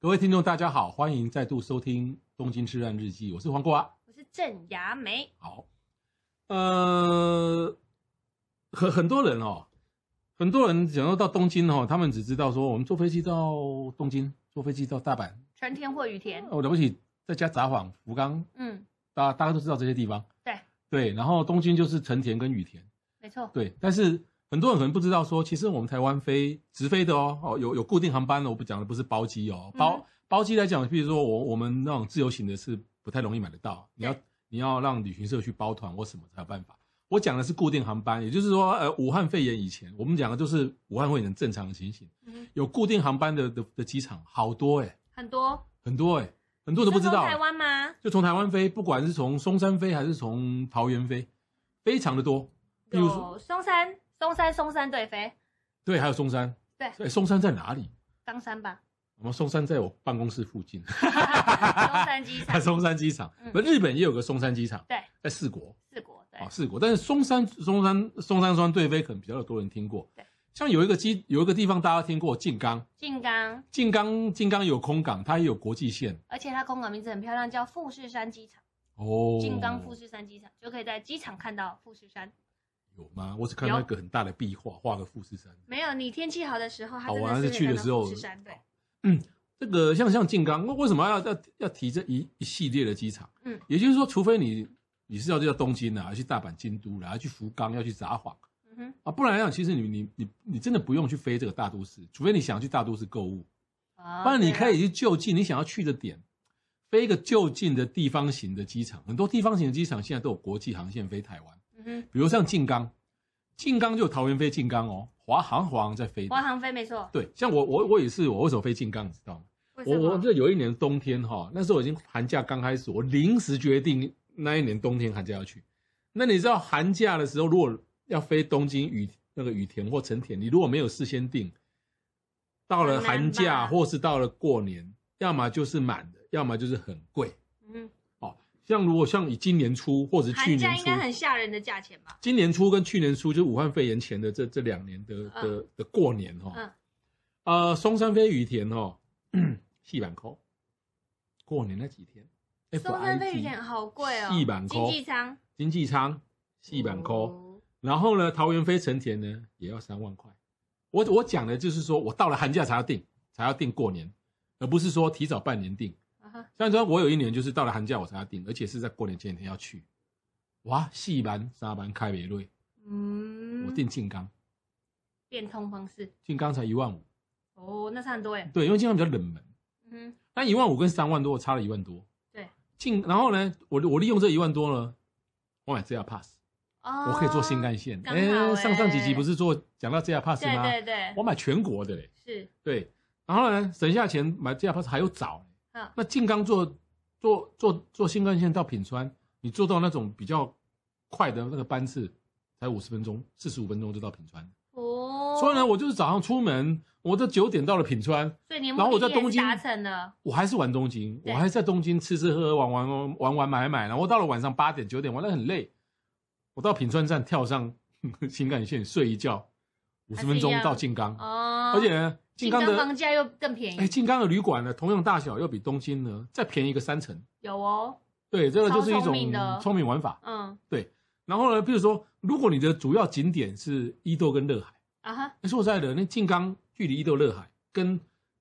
各位听众，大家好，欢迎再度收听《东京痴汉日记》，我是黄瓜。我是郑雅梅，好，呃，很很多人哦，很多人讲到到东京哦，他们只知道说我们坐飞机到东京，坐飞机到大阪，春天或雨天，哦，了不起，再加札幌、福冈，嗯，大大家都知道这些地方。对对，然后东京就是成田跟羽田。没错，对，但是很多人可能不知道说，其实我们台湾飞直飞的哦，哦有有固定航班的，我不讲的不是包机哦，包、嗯包机来讲，比如说我我们那种自由行的是不太容易买得到，你要对你要让旅行社去包团或什么才有办法。我讲的是固定航班，也就是说，呃，武汉肺炎以前，我们讲的就是武汉肺炎正常的情形，嗯，有固定航班的的的机场好多哎、很多很多哎、很多都不知是道从。台湾吗？就从台湾飞，不管是从松山飞还是从桃园飞，非常的多。比如说，有松山，松山，松山对飞，对，还有松山，对所以松山在哪里？冈山吧， 我们松山在我办公室附近，，松山机场松山机场。嗯不，日本也有个松山机场，对，在四国四国对啊，，四国。但是松山、松山、松山双对飞可能比较多人听过。对，像有一个机，有一个地方大家听过，静冈。静冈，静冈，静冈有空港，它也有国际线而且它空港名字很漂亮，叫富士山机场，哦。静冈富士山机场就可以在机场看到富士山。有吗？我只看到一有个很大的壁画，画个富士山。没有，你天气好的时候，它好真玩的是是去可以的看时到候富士山对，这个像像静冈，那为什么要要要提这一一系列的机场？嗯，也就是说，除非你你是要要东京啊，要去大阪、京都啦，要去福冈，要去札幌嗯哼，啊，不然来讲，其实你你你你真的不用去飞这个大都市，除非你想去大都市购物，哦不然你可对以去就近你想要去的点，飞一个就近的地方型的机场。很多地方型的机场现在都有国际航线飞台湾，啊嗯哼，比如像静冈，静冈就有桃园飞静冈哦，华航华航在飞的华。航飞没错，对，像我我我也是，我为什么飞静冈，你知道吗？为什我我么？这有一年冬天哈，那时候已经寒假刚开始，我临时决定那一年冬天寒假要去。那你知道寒假的时候，如果要飞东京羽那个羽田或成田，你如果没有事先定，到了很难寒假吧或是到了过年，要么就是满的，要么就是很贵嗯哦。像如果像以今年初或者哼，去寒假年应初，哦该很吓人的价钱吧？今年初跟去年初就武汉肺炎前的这这两年的的的过年哈、嗯，呃，松山飞羽田哦， 细板扣，过年那几天哎松山飞羽田好贵哦，细板经扣，济舱，哦经济舱细板扣，然后呢，桃园飞成田呢也要三万块。我我讲的就是说我到了寒假才要订，才要订过年，而不是说提早半年订。啊哈，虽然说我有一年就是到了寒假我才要订，而且是在过年前一天要去。哇，细板、沙板、开美瑞，嗯，我订静冈，变通方式，静冈才一万五，哦，那差很多耶，对，因为静冈比较冷门。嗯那一万五跟三万多我差了一万多。对，进然后呢，我我利用这一万多呢，我买 JR Pass，、哼，哦，我可以坐新干线。刚好上上几集欸不是做讲到 JR Pass 对吗？对对，我买全国的嘞，是，对。然后呢，省下钱买 JR Pass 还有早。嗯那静冈坐坐坐坐新干线到品川，你坐到那种比较快的那个班次，才五十分钟，四十五分钟就到品川。哦，所以呢，，我就是早上出门，我这九点到了品川，所以你的然后我目的在地也东是京达成了，我还是玩东京，我对还是在东京吃吃喝喝玩玩玩玩玩买买，然后到了晚上八点九点玩的很累，我到品川站跳上 新干线睡一觉，五十分钟还是一样到静冈，哦，而且呢，静静冈冈的房价又更便哎宜，静冈的旅馆呢，同样大小要比东京呢再便宜个三成，有哦，对，这个就是一超聪种明的聪明玩法。嗯，然后呢，比如说，如果你的主要景点是伊豆跟热海，啊哈，哎说实在的，那静冈距离伊豆热海跟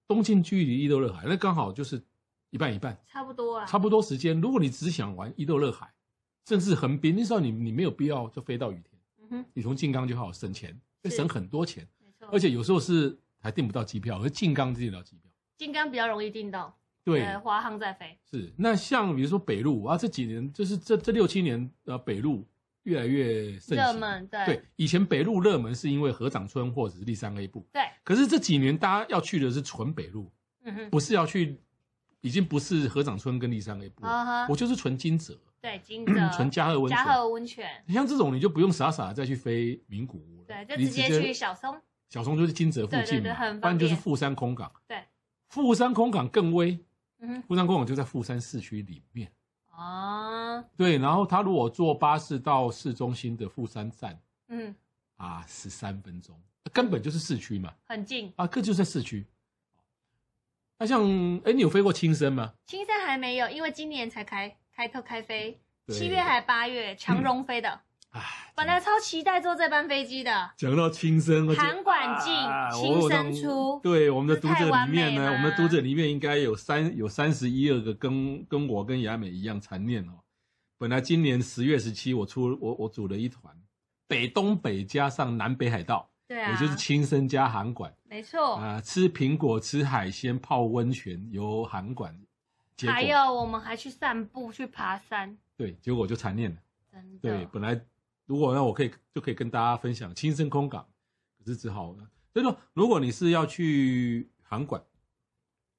东京距离伊豆热海，那刚好就是一半一半。差不多啊，差不多时间，如果你只想玩伊豆热海，甚至横滨，那时候你你没有必要就飞到羽田，嗯哼，你从静冈就好，省钱，会是省很多钱，没错，而且有时候是还订不到机票，而静冈订得到机票。静冈比较容易订到，对，呃华航在飞，是那像比如说北路啊，这几年就是这这六七年，呃，北路越来越盛行。热门，对对，以前北路热门是因为合掌村或者是立山 A 部，对，可是这几年大家要去的是纯北路，嗯哼，不是要去已经不是河长村跟立山 A 部了，啊哈我，就是纯金泽，对，金泽纯加贺温泉加。贺温泉，你像这种，你就不用傻傻地再去飞名古屋了，对，就你直接去小松，小松就是金泽附对对近对嘛，很方便不然就是富山空港。对，富山空港更威，嗯富山空港就在富山市区里面。哼，哦，对，然后他如果坐巴士到市中心的富山站嗯，啊，十三分钟，根本就是市区嘛，很近。啊，这就在市区。那像，哎，你有飞过青森吗？青山还没有，因为今年才开开特开飞，对七月还八月长荣飞的，啊，本来超期待坐这班飞机的。讲到青森，我就韩馆进啊，青森出我对我们的读者太完里美面呢，啦我们的读者里面应该有三有三十一二个跟跟我跟雅美一样残念哦。本来今年十月十七，我出我我组了一团，北东北加上南北海道，对啊，哦我就是青森加韩馆没错。啊、吃苹果、吃海鲜、泡温泉、游韩馆，结果还有我们还去散步，去爬山，对，结果就残念了。真的。对，本来如果那我可以就可以跟大家分享亲身空港，可是只好所以说，如果你是要去航馆，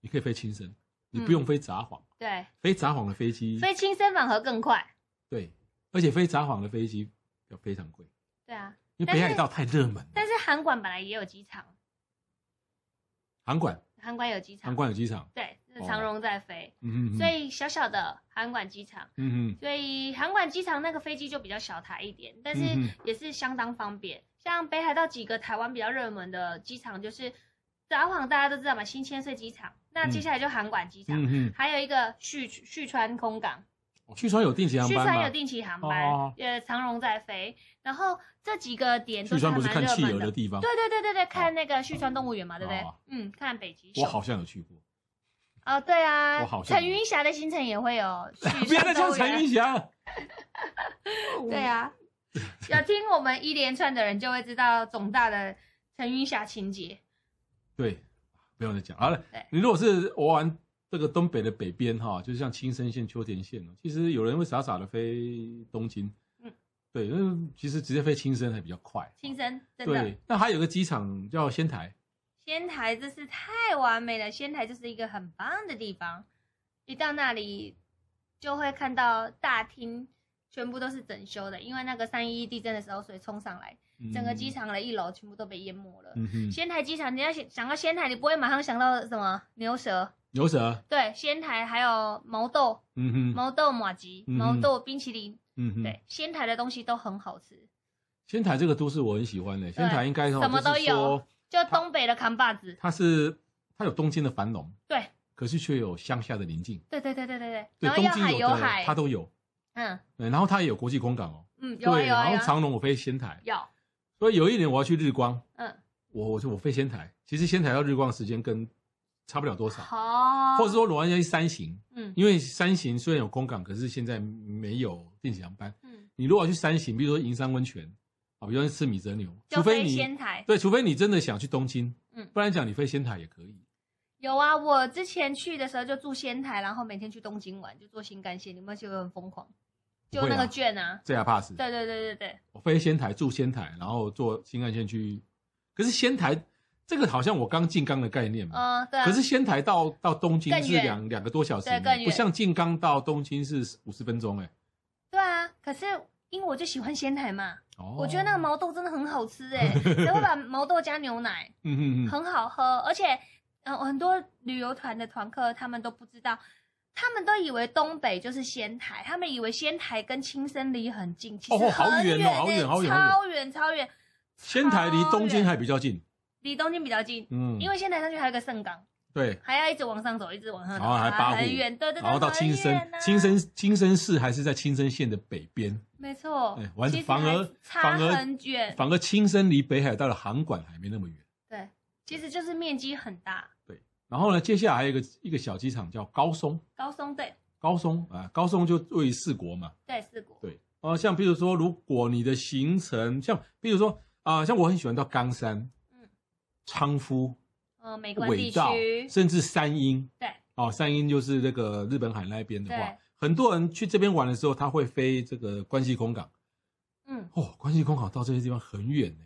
你可以飞亲身，你不用飞札幌，对飞札幌的飞机飞青森反而更快。对，而且飞札幌的飞机要非常贵，对啊，因为但是北海道太热门了。但是韩馆本来也有机场，航馆韩馆有机场，航馆有机场，对，是哦长荣在飞，嗯嗯，所以小小的韩馆机场，嗯嗯所以韩馆机场那个飞机就比较小台一点，但是嗯哼也是相当方便。像北海道几个台湾比较热门的机场，就是札幌大家都知道嘛，新千岁机场，那接下来就韩馆机场，嗯嗯，还有一个旭旭川空港，哦旭川有定期航旭班川有吗？定期航班，哦呃，长荣在飞，然后这几个点旭都是川还不是蛮看热企门鹅的的。地方，对对对对对，看那个旭川动物园嘛，对不对？哦嗯，看北极我熊。好像有去过。哦，对啊我好，像陈云霞的行程也会有旭不要再川叫动物陈园。云霞， 对啊，有听我们一连串的人就会知道总大的陈云霞情节。对，不要再讲好了对。你如果是我玩这个东北的北边哈，就是像青森县、秋田县哦，其实有人会傻傻的飞东京，嗯嗯，对，嗯，其实直接飞青森还比较快。青森真的，对，那还有个机场叫仙台，仙台真是太完美了，仙台就是一个很棒的地方。一到那里就会看到大厅全部都是整修的，因为那个三一一地震的时候水冲上来，嗯整个机，场的一楼全部都被淹没了。嗯哼，仙台机场，你要想想到仙台，你不会马上想到什么牛舌，牛舌，对，仙台还有毛豆、嗯哼，毛豆马吉、嗯毛豆冰淇淋，嗯哼，对，仙台的东西都很好吃，仙台这个都市我很喜欢的，仙台应该哈什么都有，就是说就东北的扛把子，它是它有东京的繁荣，对，可是却有乡下的宁静，对对对对对对，对，然后东要海京有的海它，都有，嗯对，然后它也有国际空港哦，嗯，有啊对，有啊然有后啊，长隆我飞仙台，有，所以有一年我要去日光，嗯，我我就我飞仙台，其实仙台到日光时间跟差不了多少，好，或者说罗安要去三行，嗯因为三行虽然有空港，可是现在没有定期航班。嗯，你如果要去三行，比如说银山温泉啊，比如说吃米泽牛，除就非飞你仙台，对，除非你真的想去东京，嗯不然讲你飞仙台也可以。有啊，我之前去的时候就住仙台，然后每天去东京玩，就坐新干线，你有没有觉得很疯狂？就不会那啊个券啊，这 a 怕是，对对对对对。我飞仙台住仙台，然后坐新干线去。可是仙台这个好像我刚进冈的概念嘛，嗯，对啊。可是仙台到到东京更是远两两个多小时对更远呢，不像静冈到东京是五十分钟哎、对啊，可是因为我就喜欢仙台嘛，哦，我觉得那个毛豆真的很好吃哎、谁会把毛豆加牛奶，嗯嗯嗯，很好喝，而且嗯、呃很多旅游团的团客他们都不知道。他们都以为东北就是仙台，他们以为仙台跟青森离很近，其实哦好很远哦好欸远好远超远超远，仙台离东超远京还比较近，离东京比较近，嗯，因为为仙台上去还有个盛冈，对，还要一直往上走，一直往上走，啊然后还八户很远，对对对，然后到青森很远，啊青，森青森市还是在青森县的北边，没错哎，完其实反而还差反而很远，反而青森离北海道的函馆还没那么远。对，其实就是面积很大。然后呢，接下来还有一个一个小机场叫高松，高松对高松啊，高松就位于四国嘛，对四国，对，呃，像比如说，如果你的行程像比如说啊、像我很喜欢到冈山，嗯嗯，仓敷、嗯，美观尾地道，区，甚至三鹰，对，哦，三鹰就是那个日本海那边的话对，很多人去这边玩的时候，他会飞这个关西空港。嗯，哦，关西空港到这些地方很远呢。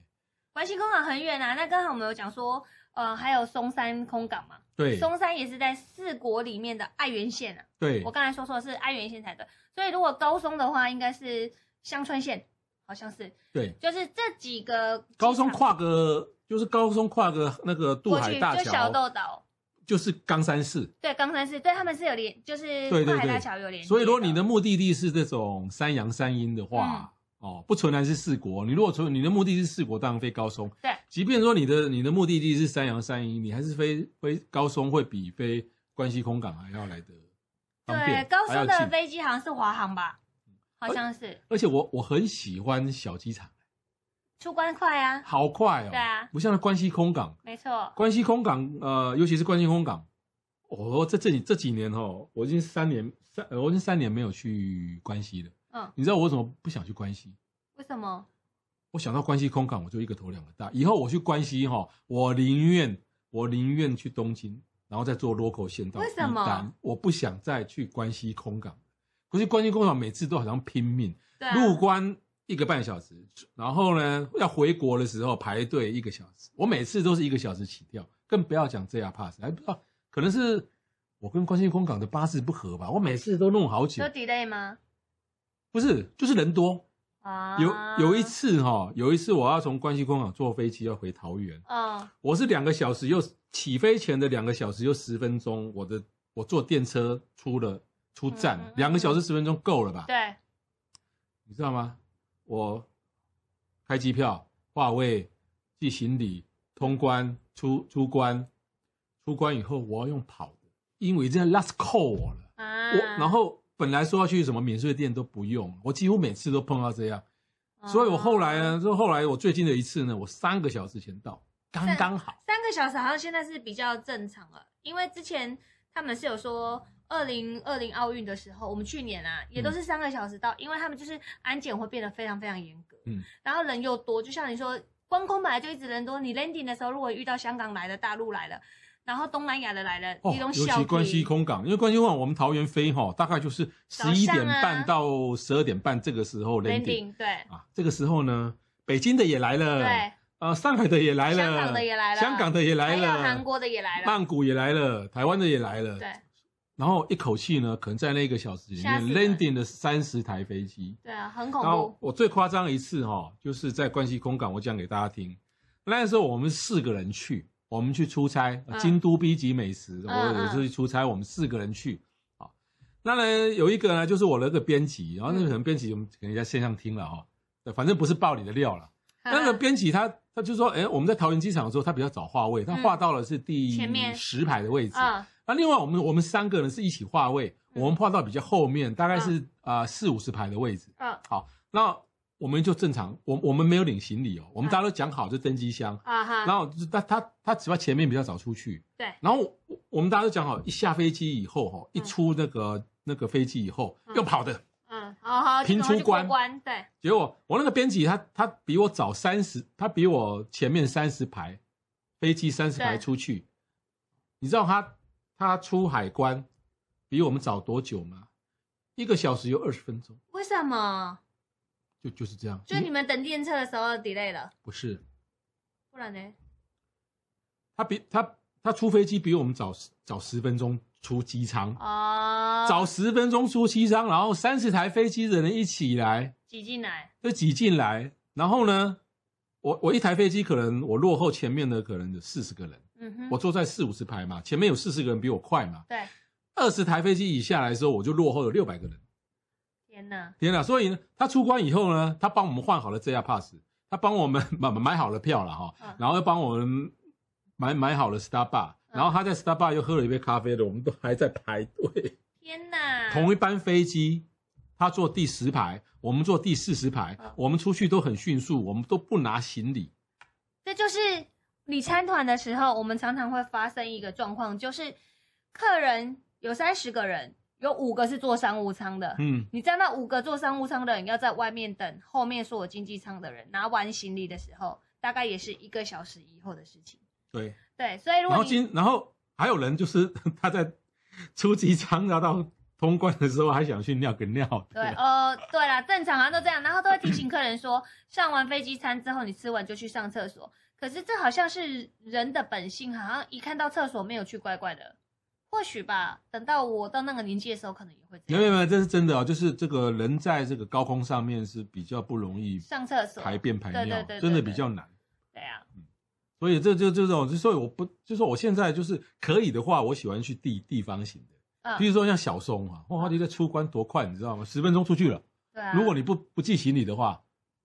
关西空港很远啊。那刚才我们有讲说，呃，还有松山空港嘛，对松山也是在四国里面的爱媛县啊。对我刚才说错是爱媛县才对，所以如果高松的话，应该是香川县，好像是，对，就是这几个机场高松跨个就是高松跨个那个渡过海去大就小桥，豆岛，就是冈山市。对，冈山市对他们是有连，就是对对跨海大对桥有连接所以如果你的目的地是这种山阳山阴的话，嗯哦，不纯然是四国。你如果纯你的目的是四国，当然飞高松。对，即便说你的你的目的地是山阳山阴，你还是飞飞高松会比飞关西空港还要来的方对便，高还要松的近飞机好像是华航吧，好像是而且我我很喜欢小机场，出关快啊，好快哦。对啊不像那关西空港，没错，关西空港，呃，尤其是关西空港，我、这这几这几年哦，我已经三年三，呃我已经三年没有去关西了。嗯，你知道我为什么不想去关西？为什么？我想到关西空港，我就一个头两个大。以后我去关西哈、我宁愿我宁愿去东京，然后再坐 local 线到为什么伊丹我不想再去关西空港。可是关西空港每次都好像拼命，对、啊，入关一个半小时，然后呢要回国的时候排队一个小时，我每次都是一个小时起跳，更不要讲 JR Pass，还不知道可能是我跟关西空港的巴士不合吧，我每次都弄好久有，delay 吗？不是就是人多。啊，有有一，次哈、有一次我要从关西空港坐飞机要回桃园，嗯，我是两个小时又起飞前的两个小时又十分钟，我的我坐电车出了出站嗯嗯嗯，两、个小时十分钟够了吧？对，你知道吗？我开机票、话位、寄行李、通关、出出关，出关以后我要用跑的，因为这 last call 我了。啊，我然后本来说要去什么免税店都不用，我几乎每次都碰到这样，所以我后来哦呢，就后来我最近的一次呢，我三个小时前到，刚刚好。三个小时好像现在是比较正常了，因为之前他们是有说。二零二零奥运的时候，我们去年啊嗯也都是三个小时到，因为他们就是安检会变得非常非常严格，嗯，然后人又多，就像你说，观光本来就一直人多，你 landing 的时候如果遇到香港来的、大陆来了，然后东南亚的来了，哦，你都尤笑其关西屁空港，因为关西空港我们桃园飞哈，大概就是早十一上点啊半到十二点半这个时候 landing landing 对啊，这个时候呢，北京的也来了，对，呃，上海的也来了，香港的也来了香港的也来还有了，韩国的也来了，曼谷也来了，台湾的也来了，对。然后一口气呢，可能在那一个小时里吓面死人 landing 了三十台飞机。对啊，很恐然后怖，我最夸张一次哈、哦，就是在关西空港，我讲给大家听。那时候我们四个人去，我们去出差，嗯京都 B 级美食，嗯我有一次去出差，我们四个人去。啊，那呢有一个呢，就是我的一个编辑，哦然后那个可能编辑我们可能在线上听了哈、哦，对，反正不是爆你的料了。嗯那个编辑他他就说，哎、我们在桃园机场的时候，他比较早划位，他划到了是第嗯前面十排的位置。嗯，那另外我们我们三个人是一起划位，嗯我们划到比较后面，大概是啊四五十排的位置。嗯好，那我们就正常，我我们没有领行李哦，我嗯们大家都讲好就登机箱，啊哈，然后就是他他他只怕前面比较早出去，对，然后我我们大家都讲好，一下飞机以后哦哈，一出那个那个飞机以后嗯又跑的，嗯，好好，平就赶快出去过关关，对，结果我那个编辑他他比我早三十，他比我前面三十排，飞机三十排对出去，你知道他他出海关比我们早多久吗？一个小时有二十分钟，为什么？就就是这样。嗯就你们等电车的时候 delay 了，不是不然呢？他比他他出飞机比我们早早十分钟出机舱，哦，早十分钟出机舱，然后三十台飞机的人一起来，挤进来，就挤进来，然后呢，我我一台飞机可能我落后前面的可能有四十个人。嗯哼，我坐在四五十排嘛，前面有四十个人比我快嘛，对，二十台飞机以下来的时候，我就落后了六百个人。天哪，天哪！所以呢，他出关以后呢，他帮我们换好了 JR Pass，他帮我们 买买好了票了哈、嗯然后又帮我们买买好了 Star Bar，然后他在 Star Bar 又喝了一杯咖啡的，我们都还在排队。天哪，同一班飞机，他坐第十排，我们坐第四十排嗯，我们出去都很迅速，我们都不拿行李。这就是你参团的时候，我们常常会发生一个状况，就是客人有三十个人，有五个是坐商务舱的。嗯，你知道那五个坐商务舱的人要在外面等后面所有经济舱的人拿完行李的时候，大概也是一个小时以后的事情。对。对，所以如然果后你今然后还有人就是 他在出机舱然后到通关的时候还想去尿个尿，对，呃，对啦，正常好像都这样，然后都会提醒客人说，上完飞机餐之后你吃完就去上厕所，可是这好像是人的本性，好像一看到厕所没有去，怪怪的。或许吧，等到我到那个年纪的时候，可能也会这没有没有样。没有，这是真的哦，就是这个人在这个高空上面是比较不容易上厕所，排便排对尿对对，对真的对比较难。对啊，所以这就就这种，就所以我不就说我现在就是可以的话，我喜欢去地地方型的，比嗯，如说像小松啊，哇，你在出关多快，你知道吗？十分钟出去了。对啊。如果你不不寄行李的话，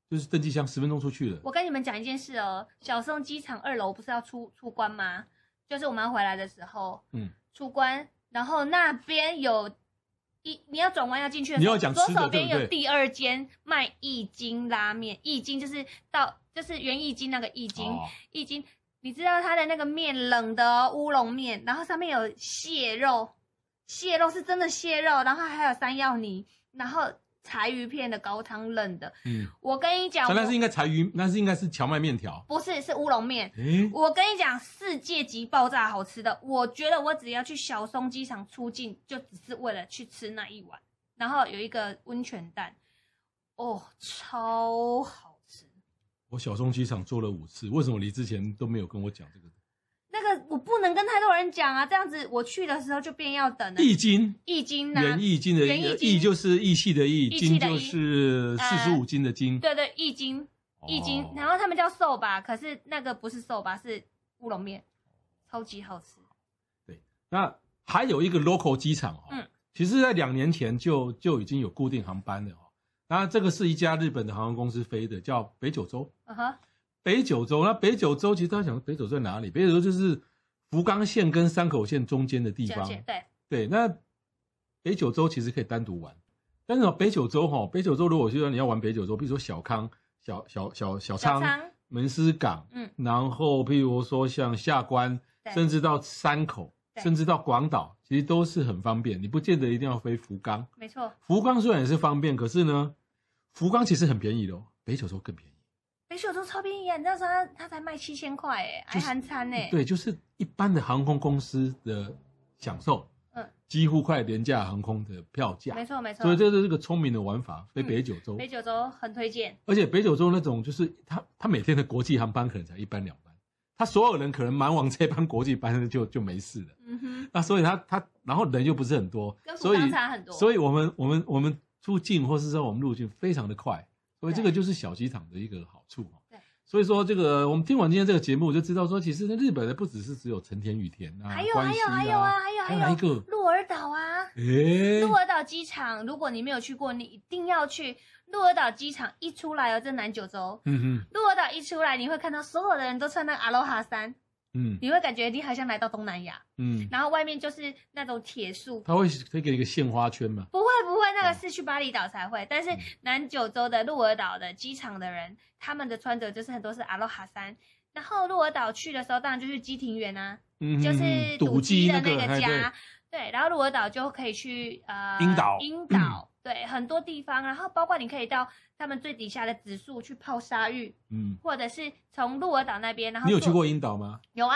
就是登机箱十分钟出去了。我跟你们讲一件事哦，小松机场二楼不是要出出关吗？就是我们要回来的时候，嗯，出关，然后那边有一你要转弯要进去的你时候，要讲左吃的手边对不对有第二间卖一斤拉面，一斤就是到就是原一斤那个一斤，哦一斤，你知道它的那个面冷的哦，乌龙面，然后上面有蟹肉，蟹肉是真的蟹肉，然后还有山药泥，然后柴鱼片的高汤冷的，嗯，我跟你讲，那是我应该柴鱼，那是应该是荞麦面条。不是是乌龙面。诶、我跟你讲，世界级爆炸好吃的，我觉得我只要去小松机场出境，就只是为了去吃那一碗。然后有一个温泉蛋，哦，超好吃。我小松机场做了五次，为什么你之前都没有跟我讲这个？那个我不能跟太多人讲啊，这样子我去的时候就变要等了。易经，一斤呐、元易经的元易经易就是义气的义，义经气的义就是四十五斤的斤。对对，一斤一斤，哦然后他们叫寿吧，可是那个不是寿吧，是乌龙面，超级好吃。那还有一个 local 机场哦，嗯其实在两年前就就已经有固定航班了哦。那这个是一家日本的航空公司飞的，叫北九州。嗯哼，北九州，那北九州其实大家想北九州在哪里？北九州就是福冈县跟山口县中间的地小方。姐，对，对，那北九州其实可以单独玩，但是哦北九州哈、北九州如果就说你要玩北九州，比如说小康、小小小小小仓、仓，门司港，嗯，然后譬如说像下关，对甚至到山口，对甚至到广岛，其实都是很方便。你不见得一定要飞福冈，没错，福冈虽然也是方便，可是呢，福冈其实很便宜的哦，北九州更便宜。北九州超便宜啊！你那时候它它才卖七千块哎，就还是含餐呢。对，就是一般的航空公司的享受，嗯，几乎快廉价航空的票价，没错没错所以。这就是个聪明的玩法，飞嗯北九州，北九州很推荐，而且北九州那种就是他他每天的国际航班可能才一班两班，他所有人可能忙完这班国际班就就没事了。嗯哼，啊那所以他他然后人又不是很多，跟所福以冈差很多。所以以我们我们我们出境或是说我们入境非常的快，所以对这个就是小机场的一个好处哦对。所以说这个我们听完今天这个节目，我就知道说，其实在日本的不只是只有成田、羽田啊，还有关还西有还有啊，，还有还有哪还一有个？鹿儿岛啊，诶、鹿儿岛机场，如果你没有去过，你一定要去。鹿儿岛机场一出来哦，这南九州，嗯哼，鹿儿岛一出来，你会看到所有的人都穿那个阿罗哈衫，嗯你会感觉你好像来到东南亚。嗯，然后外面就是那种铁树，他会可以给你一个献花圈嘛？不会不会，那哦个是去巴厘岛才会，但是嗯南九州的鹿儿岛的机场的人，他们的穿着就是很多是阿罗哈衫。然后鹿儿岛去的时候，当然就是鸡庭园啊，嗯哼，就是赌鸡的那那哎个对家。对，然后鹿儿岛就可以去呃樱岛樱岛， 对，很多地方。然后包括你可以到呃他们最底下的紫树去泡鲨鱼，嗯，或者是从鹿儿岛那边，然后你有去坐？过樱岛吗？有啊，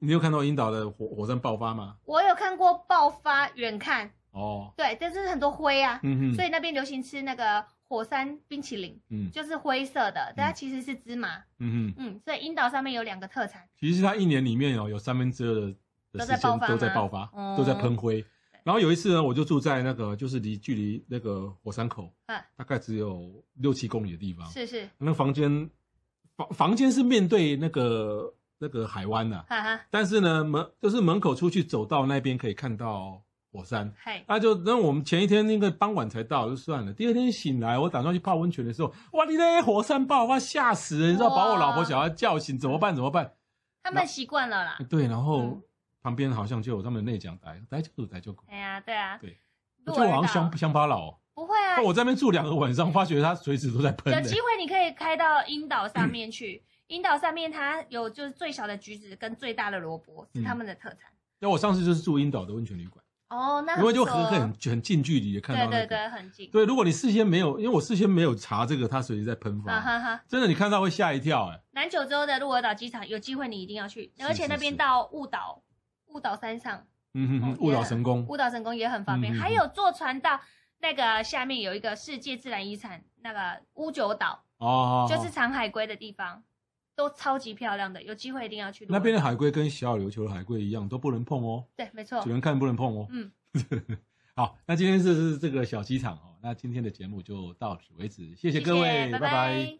你有看到樱岛的火火山爆发吗？我有看过爆发远看，哦，对，但是很多灰啊，嗯所哼，以那边流行吃那个火山冰淇淋。嗯就是灰色的，但它其实是芝麻。嗯哼，嗯，所以樱岛上面有两个特产，其实它一年里面哦，有三分之二的的都时在间爆发都在吗爆发，哦都在喷灰。然后有一次呢，我就住在那个就是离距离那个火山口啊，大概只有六七公里的地方，是是，那房间房房间是面对那个那个海湾呐、哈哈，但是呢门就是门口出去走到那边可以看到火山，嘿，那就那我们前一天那个傍晚才到就算了，第二天醒来，我打算去泡温泉的时候，哇，你那火山爆发吓死人，你知道把我老婆小孩叫醒，怎么办？怎么办？他们习惯了啦。对，然后嗯旁边好像就有他们的内讲台，台就台就哎呀，对啊，对，鹿就好儿像岛乡乡巴佬哦。不会啊那，我在那边住两个晚上，发觉它随时都在喷有的嗯机会你可以开到樱岛上面去。樱岛上面它有就是最小的橘子跟最大的萝卜是嗯他们的特产。那我上次就是住樱岛的温泉旅馆，哦，那因为就不错很哦很很近距离的看到对那对个。对，很近。对如果你事先没有，因为我事先没有查这个，它随时在喷发，啊哈哈哈，真的你看到会吓一跳哎。南九州的鹿儿岛机场有机会你一定要去，是而且那是是边到雾岛，雾岛山上嗯哼哼哦，误也导很神功。舞蹈神宫也很方便，嗯嗯嗯还有坐船到那个下面有一个世界自然遗产那个乌九岛，哦，就是藏海龟的地方。都超级漂亮的，有机会一定要去。那边的海龟跟小小琉球的海龟一样，都不能碰哦，对，没错只，能看不能碰哦。嗯， 好，那今天是是这个小机场哦，那今天的节目就到此为止，谢谢各位，拜拜拜